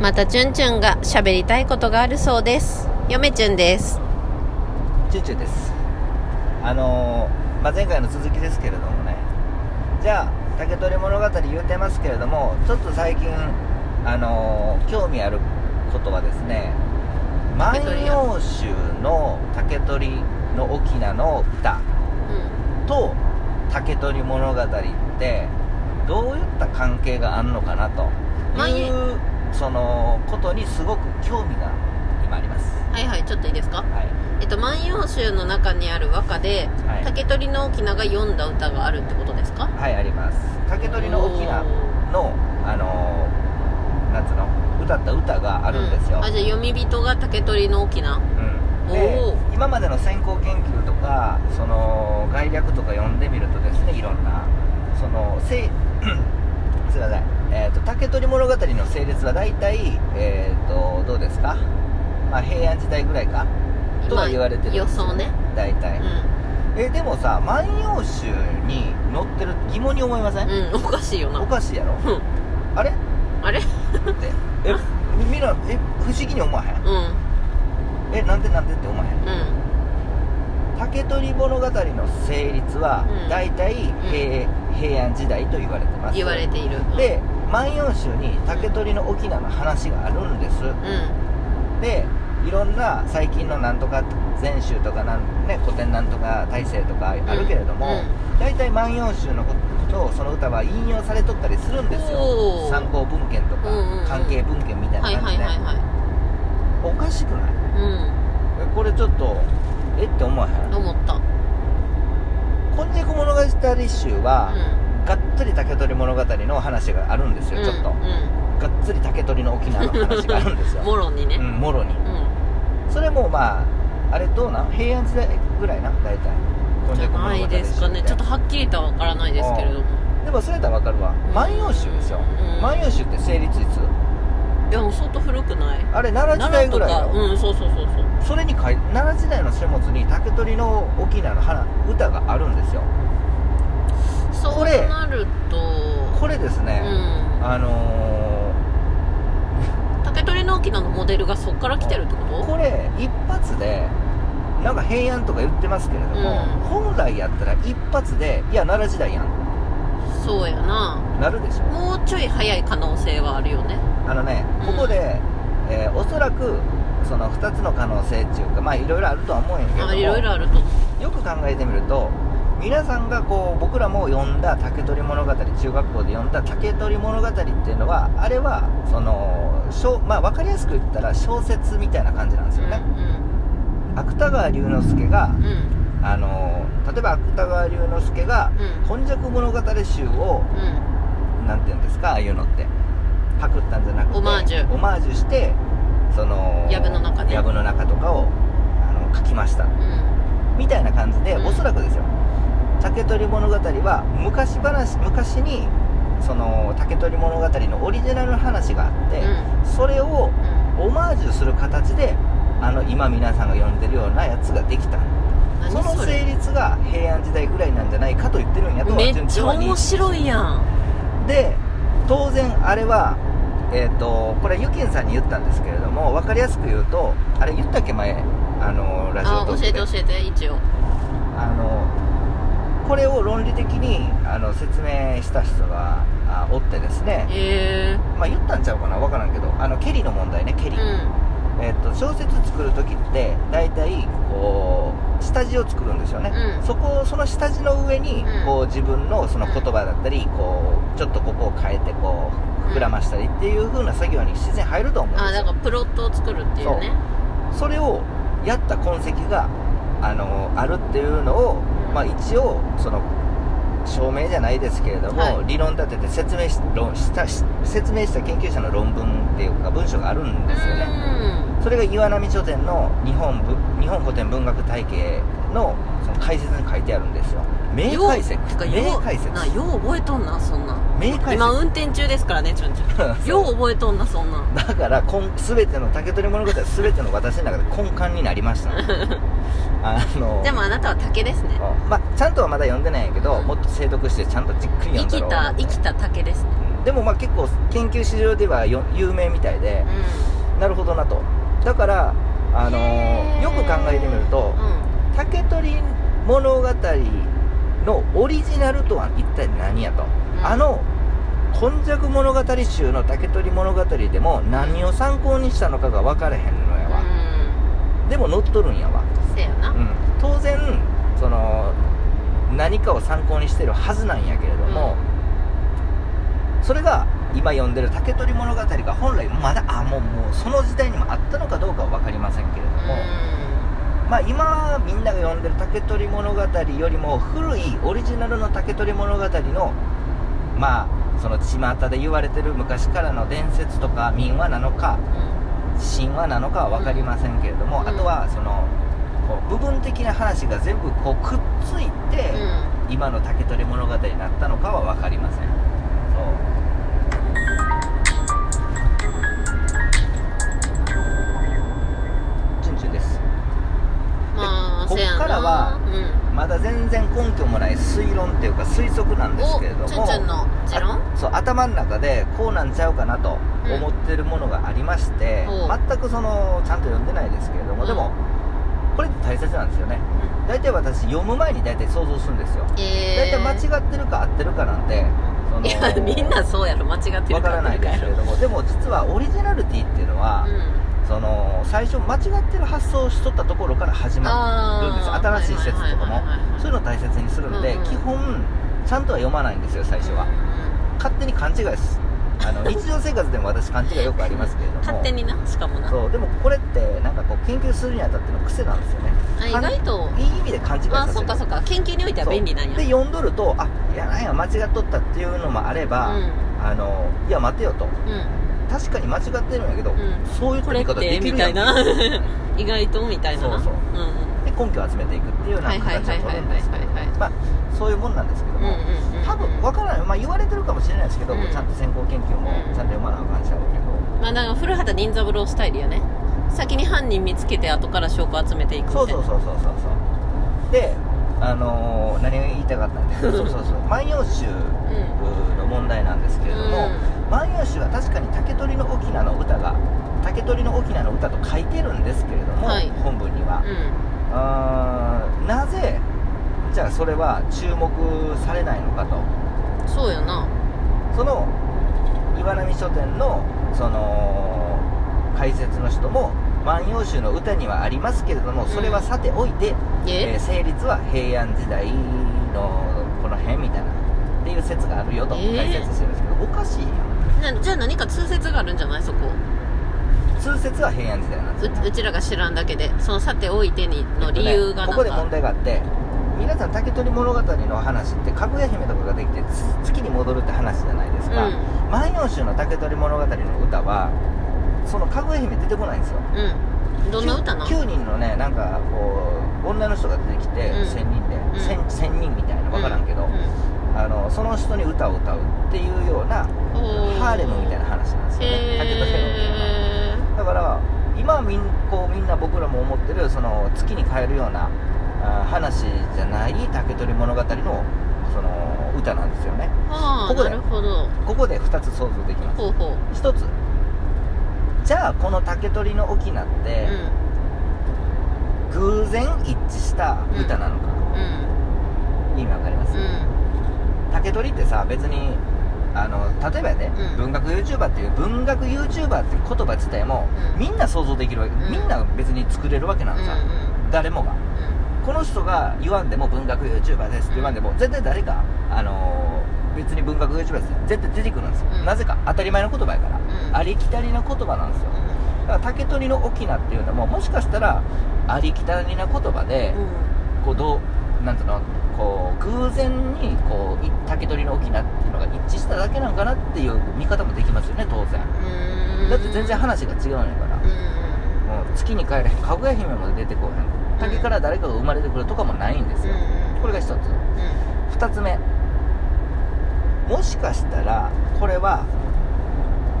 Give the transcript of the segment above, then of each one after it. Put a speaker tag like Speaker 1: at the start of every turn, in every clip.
Speaker 1: またチュンチュンが喋りたいことがあるそうです嫁チュンです
Speaker 2: チュンチュンですあのーまあ、前回の続きですけれどもねじゃあ「竹取物語」言うてますけれどもちょっと最近あのー興味あることはですね「万
Speaker 1: 竹取屋
Speaker 2: 葉集」の「竹取の翁の歌
Speaker 1: うん」
Speaker 2: と「竹取物語」ってどういった関係があるのかなと
Speaker 1: 万
Speaker 2: い
Speaker 1: 葉
Speaker 2: うそのことにすごく興味が今あります
Speaker 1: はいはいちょっといいですか
Speaker 2: はい
Speaker 1: えっと「万葉集」の中にある和歌で、
Speaker 2: はい
Speaker 1: 竹取の翁が読んだ歌があるってことですか
Speaker 2: はいあります竹取の翁のあのーなんつうの歌った歌があるんですよ、
Speaker 1: うあじゃあ読み人が竹取の翁
Speaker 2: うんで
Speaker 1: おー
Speaker 2: 今までの先行研究とかその概略とか読んでみるとですねいろんなそのせい すいません、えー、と竹取物語の成立は大体、えー、とどうですか、まあ、平安時代ぐらいかとは言われてるんですよ
Speaker 1: 予想ね
Speaker 2: 大体、えでもさ「万葉集」に載ってる疑問に思いません、
Speaker 1: うん、うん、おかしいよな
Speaker 2: おかしいや ろ
Speaker 1: うん
Speaker 2: あれ
Speaker 1: あれ
Speaker 2: ってえみんなえ不思議に思わへん
Speaker 1: うん
Speaker 2: えなんでなんでって思わへん
Speaker 1: うん
Speaker 2: 竹取物語の成立は
Speaker 1: うん
Speaker 2: 大体平,、平安時代と言われてます
Speaker 1: 言われている
Speaker 2: で「万葉集」に竹取の翁の話があるんです
Speaker 1: うん
Speaker 2: でいろんな最近のなんとか全集とかなん、ね、古典なんとか大成とかあるけれども、大体「万葉集」のことその歌は引用されとったりするんです
Speaker 1: お
Speaker 2: よ
Speaker 1: ー
Speaker 2: 参考文献とか
Speaker 1: うんうんうん
Speaker 2: 関係文献みたい
Speaker 1: はい
Speaker 2: な感
Speaker 1: は
Speaker 2: じ
Speaker 1: い
Speaker 2: で
Speaker 1: はいは
Speaker 2: おかしくない
Speaker 1: い
Speaker 2: これちょっとえって思わへ
Speaker 1: うん
Speaker 2: ん
Speaker 1: 思った
Speaker 2: 「こんにゃく物語集は」
Speaker 1: う
Speaker 2: がっつり竹取物語の話があるんですよ、
Speaker 1: ん
Speaker 2: ちょっと
Speaker 1: う
Speaker 2: がっつり竹取の沖縄の話があるんですよ
Speaker 1: ん、もろに
Speaker 2: う
Speaker 1: ね
Speaker 2: ん、もろに
Speaker 1: うん
Speaker 2: それもまああれどうなん平安時代ぐらいな大体こん
Speaker 1: じ
Speaker 2: に
Speaker 1: ゃ
Speaker 2: ゃく物語
Speaker 1: な
Speaker 2: 集
Speaker 1: いですかねちょっとはっきりとはわからないですけれども
Speaker 2: でもそれやったらわかるわ「万葉集」ですよ
Speaker 1: う
Speaker 2: 「
Speaker 1: ん
Speaker 2: 万葉集」って成立いつ
Speaker 1: いやもう相当古くない
Speaker 2: あれ奈良
Speaker 1: 奈
Speaker 2: 時代
Speaker 1: 良
Speaker 2: ぐ
Speaker 1: と
Speaker 2: らい
Speaker 1: か
Speaker 2: よ
Speaker 1: うんそうそうそうそう
Speaker 2: それに書い奈良時代の書物に竹取の沖縄の花歌があるんですよ
Speaker 1: そ
Speaker 2: こ
Speaker 1: う
Speaker 2: れ
Speaker 1: なると
Speaker 2: これですね、
Speaker 1: うん
Speaker 2: あの
Speaker 1: 竹取の翁のモデルがそっから来てるってこ
Speaker 2: ー、
Speaker 1: と
Speaker 2: これ一発でなんか平安とか言ってますけれども、本来やったら一発でいや奈良時代やん
Speaker 1: そうやな
Speaker 2: なるでしょ
Speaker 1: もうちょい早い可能性はあるよね
Speaker 2: あのね
Speaker 1: うん
Speaker 2: ここで、えーおそらくその2つの可能性っていうかまあいろいろあるとは思うんやけれど
Speaker 1: あ
Speaker 2: も
Speaker 1: いろいろあると
Speaker 2: よく考えてみると皆さんがこう僕らも読んだ「竹取物語」中学校で読んだ「竹取物語」っていうのはあれはその小、まあ、分かりやすく言ったら小説みたいな感じなんですよね、芥川龍之介が
Speaker 1: うんうんうん
Speaker 2: あの例えば芥川龍之介が「
Speaker 1: う
Speaker 2: こんにゃく物語集」を
Speaker 1: んうん
Speaker 2: なんて言うんですかああいうのってパクったんじゃなくて
Speaker 1: オマージュ
Speaker 2: オマージュしてその
Speaker 1: 藪の中で
Speaker 2: 藪の中とかをあの書きました
Speaker 1: う
Speaker 2: みたいな感じで、
Speaker 1: うん
Speaker 2: おそらくですよ竹取物語は昔話昔にその竹取物語のオリジナルの話があって、
Speaker 1: んうん
Speaker 2: それをオマージュする形であの今皆さんが読んでるようなやつができた
Speaker 1: 何
Speaker 2: その
Speaker 1: そ
Speaker 2: 成
Speaker 1: れ
Speaker 2: 立が平安時代ぐらいなんじゃないかと言ってるんやと
Speaker 1: め
Speaker 2: 順
Speaker 1: っち
Speaker 2: 調
Speaker 1: ゃ
Speaker 2: は認
Speaker 1: 面
Speaker 2: 識
Speaker 1: 白いやん
Speaker 2: で当然あれはえっ、とこれはゆきんさんに言ったんですけれども分かりやすく言うとあれ言ったっけ前あのラジ
Speaker 1: あ教
Speaker 2: オトー
Speaker 1: えて
Speaker 2: クで
Speaker 1: 教えて一応
Speaker 2: あのこれを論理的にあの説明した人があおってですね
Speaker 1: へえ
Speaker 2: まあ言ったんちゃうかな分からんけどあのケリの問題ねケリ、
Speaker 1: う
Speaker 2: えっと小説作る時って大体こう下地を作るんですよね、
Speaker 1: うん
Speaker 2: そこをその下地の上に
Speaker 1: うん
Speaker 2: こう自分のその言葉だったりこうちょっとここを変えてこう膨らましたりっていう風な作業に自然入ると思うん
Speaker 1: ん
Speaker 2: で
Speaker 1: あ
Speaker 2: す
Speaker 1: だ
Speaker 2: よ
Speaker 1: からプロットを作るっていうね
Speaker 2: それをやった痕跡があのあるっていうのを、まあ、一応その証明じゃないですけれども、
Speaker 1: はい
Speaker 2: 理論立てて説明し論したし説明した研究者の論文っていうか文章があるんですよね、それが岩波書店の日本ぶ日本古典文学体系のその解説に書いてあるんですよ
Speaker 1: うん
Speaker 2: 名解説
Speaker 1: てかよ
Speaker 2: 名
Speaker 1: う
Speaker 2: 解説
Speaker 1: なよう覚えとんなそんな
Speaker 2: 名解
Speaker 1: 今
Speaker 2: 説
Speaker 1: 運転中ですからねちょんちょん
Speaker 2: そ
Speaker 1: よ
Speaker 2: う
Speaker 1: う覚えとんなそんな
Speaker 2: だからこん全ての竹取物語は全ての私の中で根幹になり ましたあの
Speaker 1: でもあなたは竹ですね
Speaker 2: まあちゃんとはまだ読んでないんやけどもっと精読してちゃんとじっくり読
Speaker 1: 生
Speaker 2: んだ
Speaker 1: き
Speaker 2: ろう
Speaker 1: た生きた竹ですね
Speaker 2: うんでもまあ結構研究市場ではよ有名みたいで、なるほどなとだからあのー
Speaker 1: へー
Speaker 2: よく考えてみると
Speaker 1: うん
Speaker 2: 「竹取物語」のオリジナルとは一体何やと、
Speaker 1: うん
Speaker 2: あの「今昔物語集」の「竹取物語」でも何を参考にしたのかが分からへんのやわ、
Speaker 1: う
Speaker 2: でも載っとるんやわ、
Speaker 1: んせやな
Speaker 2: うん、当然その何かを参考にしてるはずなんやけれども、それが今読んでる「竹取物語」が本来まだあもうもうその時代にもあったのかどうかは分かりませんけれども、まあ、今みんなが読んでる「竹取物語」よりも古いオリジナルの「竹取物語の」まあその巷で言われてる昔からの伝説とか民話なのか神話なのかは分かりませんけれども、
Speaker 1: うん
Speaker 2: あとはそのこう部分的な話が全部こうくっついて、
Speaker 1: うんうん
Speaker 2: 今の竹取物語になったのかは分かりませんそうチュンチュンです
Speaker 1: まあ
Speaker 2: で
Speaker 1: せやな
Speaker 2: こっからは
Speaker 1: うん
Speaker 2: まだ全然根拠もない推論っていうか推測なんです
Speaker 1: お
Speaker 2: けれども
Speaker 1: チュンチュンの持論
Speaker 2: あそう頭の中でこうなんちゃうかなと
Speaker 1: うん
Speaker 2: 思ってるものがありまして、
Speaker 1: おう
Speaker 2: 全くそのちゃんと読んでないですけれども、
Speaker 1: うん
Speaker 2: でもこれって大切なんですよね大体私読む前に大体想像するんですよ大
Speaker 1: え
Speaker 2: 体
Speaker 1: ー
Speaker 2: 間違ってるか合ってるかなんてその
Speaker 1: いやみんなそうやろ間違って
Speaker 2: わ
Speaker 1: る
Speaker 2: からないですけれどもでも実はオリジナリティっていうのは、その最初間違ってる発想をしとったところから始まるんです
Speaker 1: あー
Speaker 2: 新しい説とか
Speaker 1: はいはいはいはいは
Speaker 2: も
Speaker 1: い
Speaker 2: そういうのを大切にするので、
Speaker 1: うんうん
Speaker 2: 基本ちゃんとは読まないんですよ最初は勝手に勘違いですあ の日常生活でも私勘違いよくありますけれども
Speaker 1: 勝手になしかもな
Speaker 2: そうでもこれってなんかこう研究するにあたっての癖なんですよね
Speaker 1: あ意外と
Speaker 2: いい意味で勘違いさせる
Speaker 1: あそっかそっか研究においては便利なんや
Speaker 2: そうで読んどるとあいやなんや間違っとったっていうのもあれば、
Speaker 1: う
Speaker 2: あのいや待てよと
Speaker 1: んうん
Speaker 2: 確かに間違ってるんやけど、
Speaker 1: ん
Speaker 2: そういう
Speaker 1: こ
Speaker 2: 取
Speaker 1: れっ
Speaker 2: り方で
Speaker 1: て
Speaker 2: き
Speaker 1: み
Speaker 2: る
Speaker 1: た
Speaker 2: やん
Speaker 1: いな意外とみたいなな
Speaker 2: そうそうん
Speaker 1: ん
Speaker 2: で根拠を集めていくっていうような
Speaker 1: はいはい
Speaker 2: 形
Speaker 1: は
Speaker 2: を
Speaker 1: い
Speaker 2: と
Speaker 1: は
Speaker 2: る
Speaker 1: い
Speaker 2: ん
Speaker 1: は
Speaker 2: で
Speaker 1: い
Speaker 2: す
Speaker 1: はいはい
Speaker 2: まあそういうもんなんですけど
Speaker 1: うんうん
Speaker 2: も、
Speaker 1: うんうん
Speaker 2: 多分分からない、まあ、言われてるかもしれないですけど、
Speaker 1: うん
Speaker 2: ちゃんと先行研究も
Speaker 1: うん
Speaker 2: ちゃんと読まなあかんしちゃうけど、
Speaker 1: まあなんか古畑任三郎スタイルやね先に犯人見つけて後から証拠集めていくみた
Speaker 2: そ
Speaker 1: いうな
Speaker 2: そうそうそうそうそうであのー何が言いたかったんだけどそうそうそう「万葉集」
Speaker 1: うん
Speaker 2: の問題なんですけれども「万葉集」は確かに竹取の翁の歌が竹取の翁の歌と書いてるんですけれども、
Speaker 1: はい
Speaker 2: 本文には、
Speaker 1: う
Speaker 2: あーなぜじゃあそれは注目されないのかと
Speaker 1: んそうやな
Speaker 2: その岩波書店のその解説の人も「万葉集」の歌にはありますけれどもそれはさておいて、え
Speaker 1: え
Speaker 2: ー成立は平安時代のこの辺みたいなっていう説があるよと
Speaker 1: えー
Speaker 2: 解説してるんですけど、おかしいやん
Speaker 1: なじゃあ何か通説があるんじゃないそこ
Speaker 2: 通説は平安時代なんですよね、
Speaker 1: ううちらが知らんだけでそのさておいてにの理由がなんか、
Speaker 2: ここで問題があって皆さん竹取物語の話ってかぐや姫とかができてつ月に戻るって話じゃないですか、万葉集の竹取物語の歌はそのかぐや姫出てこないんですよ
Speaker 1: うんうんどんな歌なの
Speaker 2: 9, 人のねなんかこう女の人が出てきて、
Speaker 1: うん
Speaker 2: 1000人で、
Speaker 1: ん
Speaker 2: 千1000人みたいな分からんけど、
Speaker 1: うう
Speaker 2: あのその人に歌を歌うっていうような
Speaker 1: お
Speaker 2: ハーレムみたいな話なんですよね竹取ヘロみたいな
Speaker 1: へー
Speaker 2: だから今みんこうみんな僕らも思ってるその月に変えるようなあー話じゃない竹取物語のその歌なんですよね
Speaker 1: あ
Speaker 2: ここ
Speaker 1: あ
Speaker 2: だ
Speaker 1: な
Speaker 2: よ
Speaker 1: るほど
Speaker 2: ここで2つ想像できます
Speaker 1: ほうほう、
Speaker 2: 1つじゃあこの竹取の翁って偶然一致した歌なのか、
Speaker 1: うんうん
Speaker 2: 意味わかります、
Speaker 1: うん
Speaker 2: 竹取ってさ別にあの例えばね、
Speaker 1: うん
Speaker 2: 文学 YouTuber っていう文学 YouTuber っていう言葉自体も、
Speaker 1: うん
Speaker 2: みんな想像できるわけ、
Speaker 1: ん
Speaker 2: みんな別に作れるわけなのさ、誰もがこの人が言わんでも文学 YouTuber ですって言わんでも、絶対誰か、あのー別に文学 YouTuber ですって絶対出てくるんですよ、
Speaker 1: うん
Speaker 2: なぜか当たり前の言葉やから、
Speaker 1: うん
Speaker 2: ありきたりな言葉なんですよだから竹取の翁っていうのももしかしたらありきたりな言葉で、
Speaker 1: うんうんうん
Speaker 2: こうどうなんていうのこう偶然にこうい竹取の翁っていうのが一致しただけなんかなっていう見方もできますよね当然
Speaker 1: うん
Speaker 2: だって全然話が違うんやから、
Speaker 1: うん
Speaker 2: もう月に帰れへんかぐや姫も出てこへん竹から誰かが生まれてくるとかもないんですよ、これが一つ二つ目もしかしたらこれは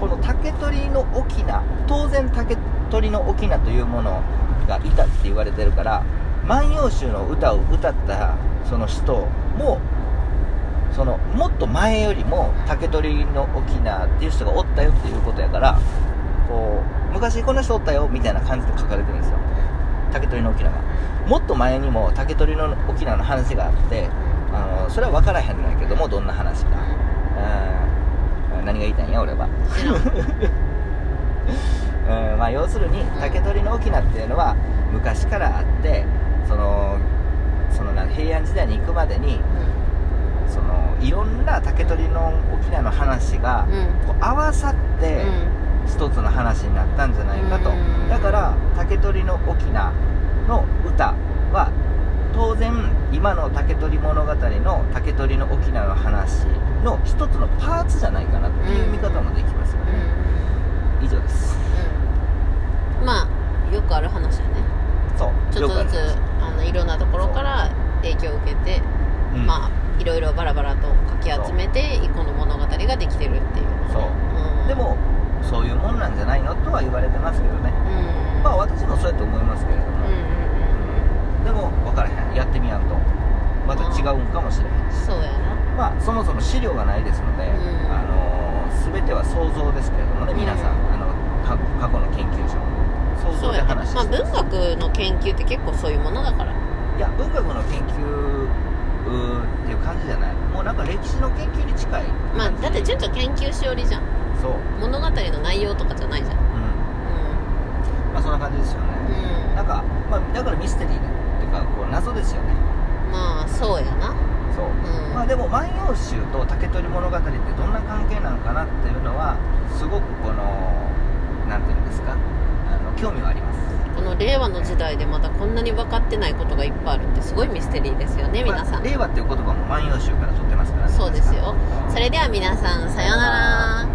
Speaker 2: この竹取の翁当然竹取の翁というものがいたって言われてるから「万葉集」の歌を歌ったその人もそのもっと前よりも竹取の沖縄っていう人がおったよっていうことやからこう昔こんな人おったよみたいな感じで書かれてるんですよ竹取の沖縄がもっと前にも竹取の沖縄の話があってあのそれは分からへんのやけどもどんな話かうん何が言いたいんや俺はうんまあ要するに竹取の沖縄っていうのは昔からあってそのそのな平安時代に行くまでにそのいろんな竹取の沖縄の話が
Speaker 1: うんうん
Speaker 2: こう合わさって一つの話になったんじゃないかと、
Speaker 1: うん
Speaker 2: だから竹取の沖縄の歌は当然今の竹取物語の竹取の沖縄の話の一つのパーツじゃないかなっていう見方もできますよ
Speaker 1: うん
Speaker 2: ね、以上です
Speaker 1: うんまあよくある話やね
Speaker 2: そう
Speaker 1: ちょっとず
Speaker 2: よく
Speaker 1: つ
Speaker 2: ある
Speaker 1: あのいろんなところから影響を受けて、
Speaker 2: うん
Speaker 1: まあいろいろバラバラとかき集めて一個の物語ができてるっていう
Speaker 2: そう
Speaker 1: うん
Speaker 2: でもそういうもんなんじゃないのとは言われてますけどね
Speaker 1: うん
Speaker 2: まあ私もそうやと思いますけれ
Speaker 1: う
Speaker 2: ど
Speaker 1: ん
Speaker 2: も、
Speaker 1: うんうん
Speaker 2: でも分からへんやってみやんとまた違うんかもしれへん
Speaker 1: うんそうやな
Speaker 2: まあそもそも資料がないですので、
Speaker 1: うん
Speaker 2: あのー全ては想像ですけれどもね
Speaker 1: うん
Speaker 2: 皆さん、あのか過去の研究者も想
Speaker 1: そ
Speaker 2: 像
Speaker 1: う
Speaker 2: で
Speaker 1: やね
Speaker 2: 話して
Speaker 1: まあ
Speaker 2: ます
Speaker 1: 文学の研究って結構そういうものだから
Speaker 2: いや文学の研究うーっていう感じじゃないもうなんか歴史の研究に近い
Speaker 1: まあだって純ちゃん研究しおりじゃん
Speaker 2: そう、うん
Speaker 1: 物語の内容とかじゃないじゃん
Speaker 2: まあ、そんな感じですよ
Speaker 1: うん、
Speaker 2: ね、
Speaker 1: うん
Speaker 2: なんか、まあ、だからミステリーっていうかこう謎ですよね
Speaker 1: まあそうやな
Speaker 2: そう
Speaker 1: うん
Speaker 2: まあでも「万葉集」と「竹取物語」ってどんな関係なのかなっていうのはすごくこのなんていうんですかあの興味はあります
Speaker 1: この令和の時代でまだこんなに分かってないことがいっぱいあるってすごいミステリーですよね皆
Speaker 2: ま
Speaker 1: さ
Speaker 2: あ
Speaker 1: ん
Speaker 2: 令和っていう言葉も「万葉集」から取ってますからね
Speaker 1: そうですよ
Speaker 2: 確か
Speaker 1: それでは皆さんさようなら